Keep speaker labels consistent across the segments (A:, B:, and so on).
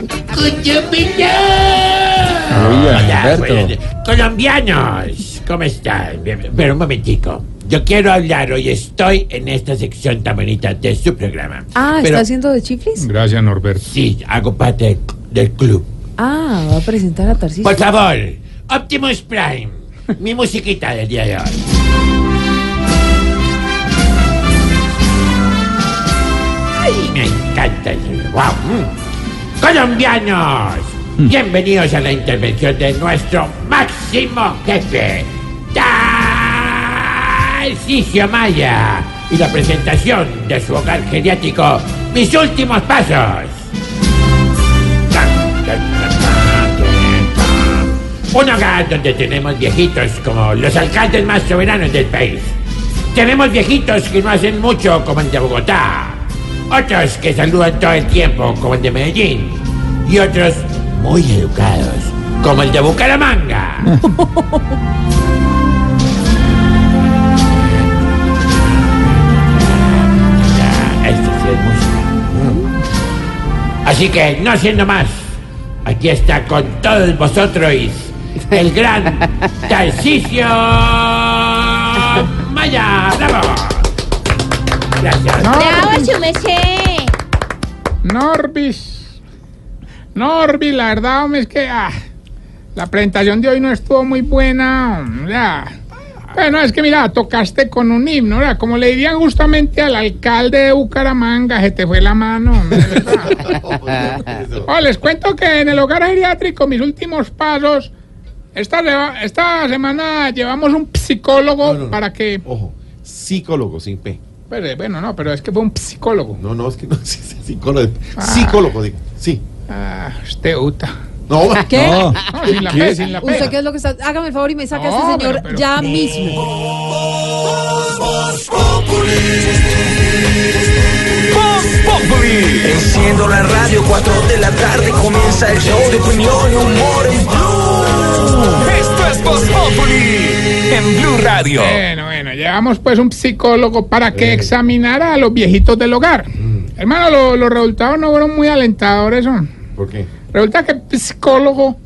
A: ¡Cuchupilla!
B: Oye,
A: Hola,
B: Alberto.
A: buenos días. pues, eh, colombianos, ¿cómo están? Bien, bien. Pero un momentico. Yo quiero hablar, hoy estoy en esta sección tan bonita de su programa.
C: Ah,
A: Pero-
C: ¿está haciendo de chiflis?
B: Gracias, Norberto.
A: Sí, hago parte del- del club.
C: Ah, va a presentar a Tarcísio.
A: Por favor, Optimus Prime, mi musiquita del día de hoy. Ay, me encanta ese- wow. mm. Colombianos, bienvenidos a la intervención de nuestro máximo jefe, Tarcisio Maya, y la presentación de su hogar geriátrico, Mis Últimos Pasos. Un hogar donde tenemos viejitos como los alcaldes más soberanos del país. Tenemos viejitos que no hacen mucho como el de Bogotá. Otros que saludan todo el tiempo como el de Medellín. Y otros muy educados como el de Bucaramanga. Ya, esto sí es música. Así que, no siendo más, aquí está con todos vosotros el gran Tarcisio Maya. ¡Bravo! Gracias.
D: Bravo, su merced.
B: Norbis. Norbis, la verdad, hombre, es que ah, la presentación de hoy no estuvo muy buena. hombre, ah. Bueno, es que mira, tocaste con un himno, ¿verdad? Como le dirían justamente al alcalde de Bucaramanga, se te fue la mano. hombre, ¿verdad? Oh, les cuento que en el hogar geriátrico, mis últimos pasos, esta, reva- esta semana llevamos un psicólogo para que...
E: Ojo, psicólogo sin P.
B: Pero, eh, bueno, no, pero es que fue un psicólogo.
E: No, no, es que no sí, sí, psicólogo. Psicólogo, digo. Sí.
B: Ah, este Uta.
E: No,
C: ¿Qué?
B: No, sin la P, sin la P.
F: ¿Usted qué es lo que está? Hágame el favor y me saca
B: No,
F: a este señor
B: pero- pero-
F: ya mismo.
G: Enciendo la radio, 4 de la tarde comienza el show de opinión y humor en Blue. Esto es Voz en Blue Radio.
B: Bueno, bueno, llevamos pues un psicólogo para
E: Eh.
B: que examinara a los viejitos del hogar.
E: Mm.
B: Hermano, lo- los resultados no fueron muy alentadores. ¿no?
E: ¿Por qué?
B: Resulta que el psicólogo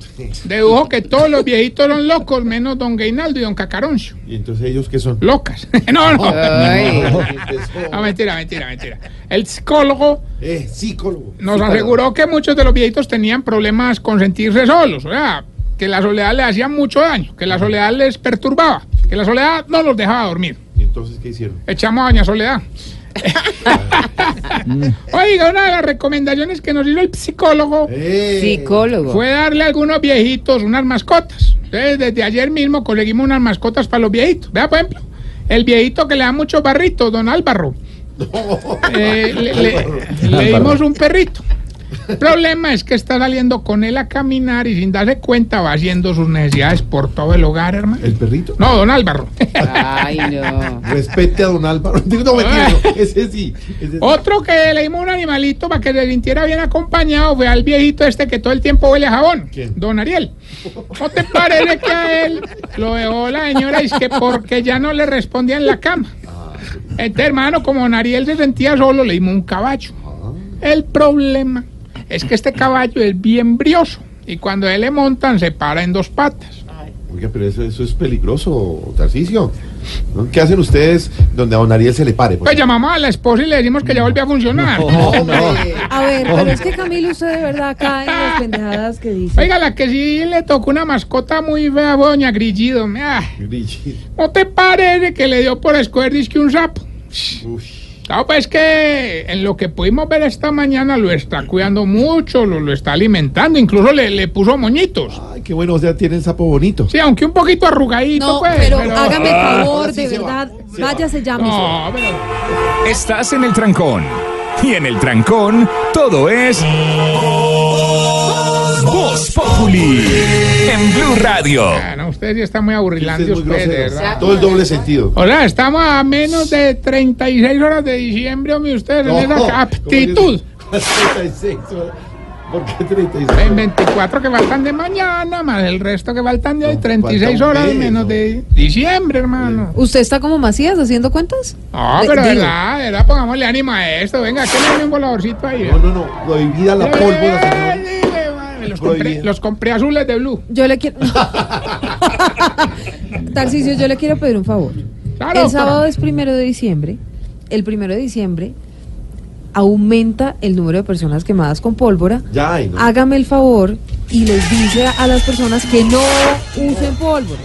B: dedujo que todos los viejitos son locos, menos don Gainaldo y don Cacaroncio.
E: ¿Y entonces ellos qué son?
B: Locas. no, no.
E: Empezó.
B: No, mentira, mentira, mentira. El psicólogo
E: Eh, psicólogo.
B: nos aseguró que muchos de los viejitos tenían problemas con sentirse solos, o sea, que la soledad les hacía mucho daño, que la soledad les perturbaba, que la soledad no los dejaba dormir.
E: ¿Y entonces qué hicieron?
B: Echamos a Doña Soledad. Oiga, una de las recomendaciones que nos hizo el psicólogo
E: Eh,
F: Psicólogo.
B: fue darle a algunos viejitos unas mascotas. Entonces, desde ayer mismo conseguimos unas mascotas para los viejitos. Vea, por ejemplo, el viejito que le da muchos barritos, don Álvaro. Eh, le, le- le dimos un perrito. El problema es que está saliendo con él a caminar y sin darse cuenta va haciendo sus necesidades por todo el hogar, hermano.
E: ¿El perrito?
B: No, don Álvaro.
F: Ay, no.
E: Respete a don Álvaro. Digo, No, mentira,
B: Ah.
E: no. Ese sí. Ese sí.
B: Otro que le dimos un animalito para que se sintiera bien acompañado fue al viejito este que todo el tiempo huele a jabón,
E: ¿Quién?
B: don Ariel. ¿No te parece que a él lo dejó la señora y es que porque ya no le respondía en la cama? Este hermano, como don Ariel se sentía solo, le dimos un caballo. El problema es que este caballo es bien brioso y cuando a él le montan se para en dos patas.
E: Oiga, pero eso, eso es peligroso, Tarcicio. ¿No? ¿Qué hacen ustedes donde a don Ariel se le pare? por
B: Pues llamamos a la esposa y le decimos que ya volvió a funcionar.
F: A ver, pero es que Camilo, usted de verdad cae en las pendejadas que dice.
B: Ah. Oiga, la que sí le tocó una mascota muy fea fue doña Grillido. Ah,
E: ejemplo? Grillito.
B: ¿No te parece que le dio por escuerdis que un sapo?
E: Uy.
B: Claro, pues que en lo que pudimos ver esta mañana lo está cuidando mucho, lo, lo está alimentando, incluso le, le puso moñitos.
E: Ay, qué bueno, o sea, tiene el sapo bonito.
B: Sí, aunque un poquito arrugadito,
F: No,
B: pues.
F: pero hágame el favor,
E: ahora sí
F: de
E: se va,
F: verdad.
E: se va.
F: Váyase ya mismo.
B: No, pero.
G: Estás en el trancón. Y en el trancón, todo es. Radio.
B: Ah, no, usted sí está muy aburrilante,
E: Usted es muy
B: usted, de
E: grosero.
B: ¿verdad?
E: Todo el doble sentido.
B: Hola, estamos a menos de 36 horas de diciembre, hombre, usted en
E: No,
B: esa aptitud.
E: ¿cómo dice? 36 horas. ¿Por qué 36
B: En
E: horas?
B: 24 que faltan de mañana, más el resto que faltan de hoy,
E: No,
B: 36
E: falta un
B: horas
E: mes,
B: menos
E: ¿no?
B: de diciembre, hermano.
C: ¿Usted está como Macías haciendo cuentas?
B: No,
C: De-
B: pero
C: digo.
B: verdad, verdad, pongámosle ánimo a esto. Venga, que le doy un voladorcito ahí.
E: No, no, no. Prohibida la pólvora, señor.
B: Eh, dile, madre, Los compré,
E: Prohibido.
B: los compré azules de blue.
C: Yo le quiero. Tarcisio, yo le quiero pedir un favor.
B: Claro,
C: el sábado
B: pero-
C: es primero de diciembre. El primero de diciembre aumenta el número de personas quemadas con pólvora.
E: Ya, ay, no.
C: Hágame el favor y les dice a las personas que no usen pólvora.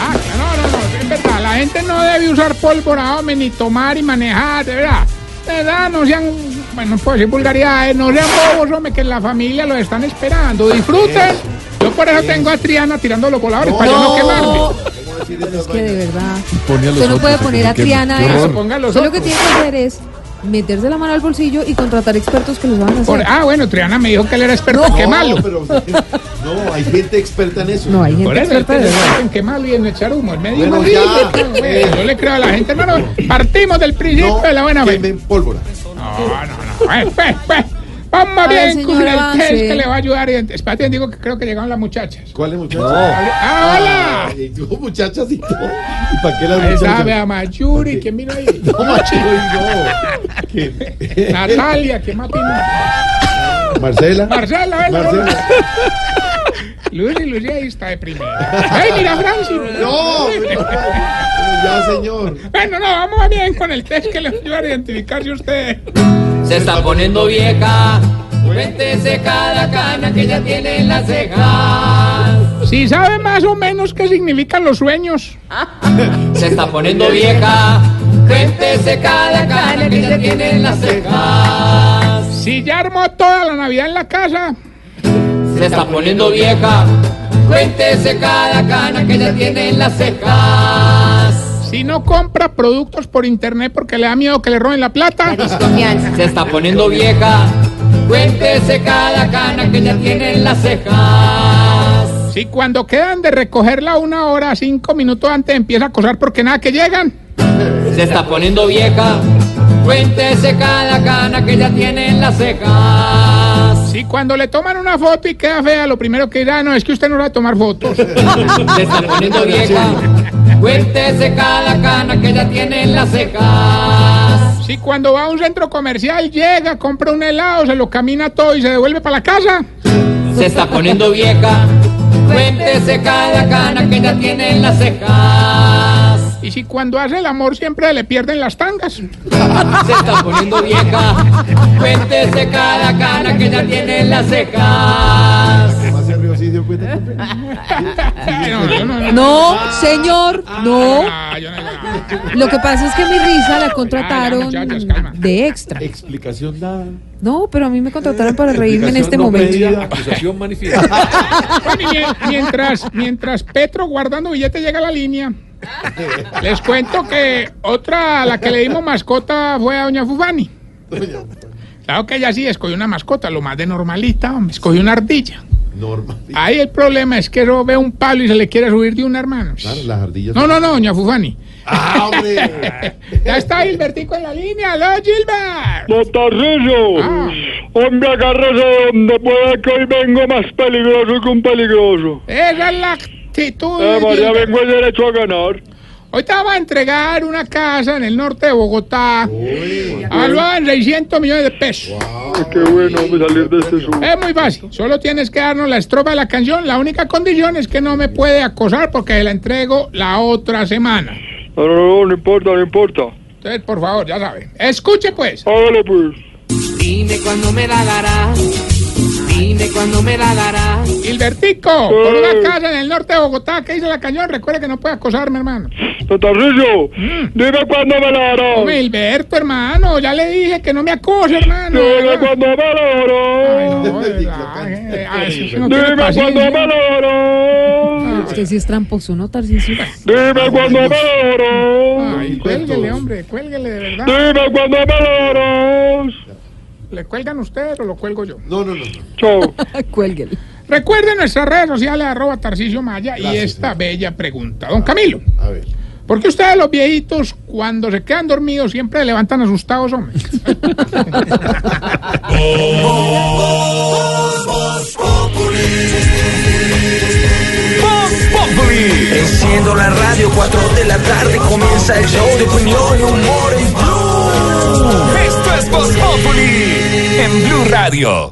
B: Ah, no, no, no, es verdad. La gente no debe usar pólvora, hombre, ni tomar y manejar, de verdad. De verdad, no sean, bueno, pues decir vulgaridades, no sean bobos, hombre, que la familia los están esperando. Disfruten. Yo por eso tengo a Triana tirando los voladores para yo no quemarme.
E: ¿Cómo decir esas
C: Es que de verdad.
E: Ponía los
C: Usted no
E: otros
C: puede
E: a que
C: poner
E: se
C: a
E: quemen.
C: Triana
E: Qué
C: eso.
E: horror.
B: Pongan los
C: Usted lo que
B: otros.
C: tiene que hacer es meterse la mano al bolsillo y contratar expertos que los van a hacer.
B: Por- ah, bueno, Triana me dijo que él era experto en quemarlo.
E: No, pero, no, hay gente experta en eso.
C: No, hay
E: señor.
B: Por
C: gente
B: eso
C: experta de
B: este es
C: verdad.
B: experto en quemarlo y en echar humo. Me dijo,
E: Bueno, ya.
B: Eh, yo le creo a la gente, hermano. Partimos del principio de la buena
E: No,
B: fe.
E: quemen pólvora.
B: No, no, no. Eh, pues, pues. Vamos a
C: A ver,
B: bien
C: señor,
B: con el
C: avance.
B: test que le va a ayudar. Y, espérate, digo que creo que llegaron las muchachas.
E: ¿Cuál es, muchacha?
B: ¡Ah, hola!
E: Y tú, muchachas y todo. ¿Y para qué las
B: Ahí
E: muchachas?
B: sabe a Mayuri, ¿quién vino ahí?
E: No, macho, no. ¿Quién?
B: Natalia, ¿quién más vino?
E: Marcela.
B: Marcela, ven,
E: Marcela.
B: Luis y Lucía ahí está de primera. ¡Ay, mira, Francis!
E: No, pero- ya, señor.
B: Bueno, no, vamos a bien con el test que le va a ayudar a identificarse usted.
H: Se está poniendo vieja. Cuéntese cada cana que ya tiene en las cejas.
B: Si sabe más o menos qué significan los sueños.
H: Se está poniendo vieja. Cuéntese cada cana que ya tiene en las cejas.
B: Si ya armó toda la Navidad en la casa.
H: Se está poniendo vieja. Cuéntese cada cana que ya tiene en las cejas.
B: Si no compra productos por internet porque le da miedo que le roben la plata.
H: Se está poniendo vieja. Cuéntese cada cana que ya tiene en las cejas.
B: Si cuando quedan de recogerla una hora, cinco minutos antes empieza a acosar porque nada que llegan.
H: Se está poniendo vieja. Cuéntese cada cana que ya tiene en las cejas.
B: Si cuando le toman una foto y queda fea, lo primero que dirá, "Ah, no, es que usted no va a tomar fotos.
H: Se está poniendo vieja. Cuéntese cada cana que ya tiene en las cejas.
B: Si cuando va a un centro comercial llega, compra un helado, se lo camina todo y se devuelve para la casa.
H: Se está poniendo vieja. Cuéntese cada cana que ya tiene en las cejas.
B: Y si cuando hace el amor siempre le pierden las tangas.
H: Se está poniendo vieja. Cuéntese cada cana que ya tiene en las cejas.
E: Además, se rió, sí, dio cuenta.
B: Ay, no, yo no-
C: No, señor, no.
B: Ah, yo no-
C: Lo que pasa es que mi risa la
B: Ah,
C: contrataron
B: ya, muchachos, calma.
C: de extra.
E: Explicación dada.
C: No, pero a mí me contrataron para reírme en este
E: Explicación no
C: momento.
E: pedida.
B: Bueno, y mien- mientras, mientras Petro guardando billete llega a la línea, les cuento que otra a la que le dimos mascota fue a Doña Fufani. Claro que ella sí escogió una mascota, lo más de normalita, hombre, escogió una ardilla.
E: Norma.
B: Ahí el problema es que no ve un palo y se le quiere subir de un hermano.
E: Claro, las ardillas.
B: No, no, no, Doña Fufani.
E: ¡Ah, hombre!
B: Ya está Gilbertico en la línea, ¡aló, Gilbert! Ah.
H: Hombre, agárrese donde pueda que hoy vengo más peligroso que un peligroso.
B: Esa es la actitud.
H: Eh, María,
B: Gilbert.
H: vengo el derecho a ganar.
B: Hoy te vamos a entregar una casa en el norte de Bogotá.
E: Uy,
B: Evaluada en 600 millones de pesos.
H: Qué bueno, hombre, salir de este sur.
B: Es muy fácil. Solo tienes que darnos la estrofa de la canción. La única condición es que no me puede acosar porque se la entrego la otra semana.
H: No, no, no, no importa, no importa.
B: Entonces, por favor, ya saben. Escuche pues.
H: Hágale pues.
G: Dime cuándo me la darás. Dime cuándo me la darás.
B: Gilbertico, por una casa en el norte de Bogotá que dice la canción, recuerda que no puede acosarme, hermano.
H: Tatarrillo, dime cuándo me la darás.
B: Mm. Hombre, Gilberto, hermano, ya le dije que no me acose, hermano.
H: Dime cuándo me la
B: Ay,
H: darás.
B: no, de verdad, eh, ah, eso sí no tiene
H: Dime cuándo
B: paciencia.
H: me la darás.
C: Usted sí es tramposo, ¿no, Tarcisio?
H: Dime cuándo me la darás.
B: Ay, cuélguele, hombre, cuélguele, de verdad.
H: Dime cuándo me la darás.
B: ¿Le cuelgan ustedes o lo cuelgo yo?
E: No, no, no. no.
H: Chao.
C: Cuélguele.
B: Recuerden nuestras redes sociales, arroba Tarcisio Maya, y
E: Gracias,
B: esta bella pregunta. Don Camilo,
E: A ver.
B: ¿por qué ustedes los viejitos, cuando se quedan dormidos, siempre se levantan asustados, hombre?
G: Voz Populi.
I: Enciendo la radio, 4 de la tarde comienza el show de opinión y humor en Blue.
G: Esto es Voz Populi en Blue Radio.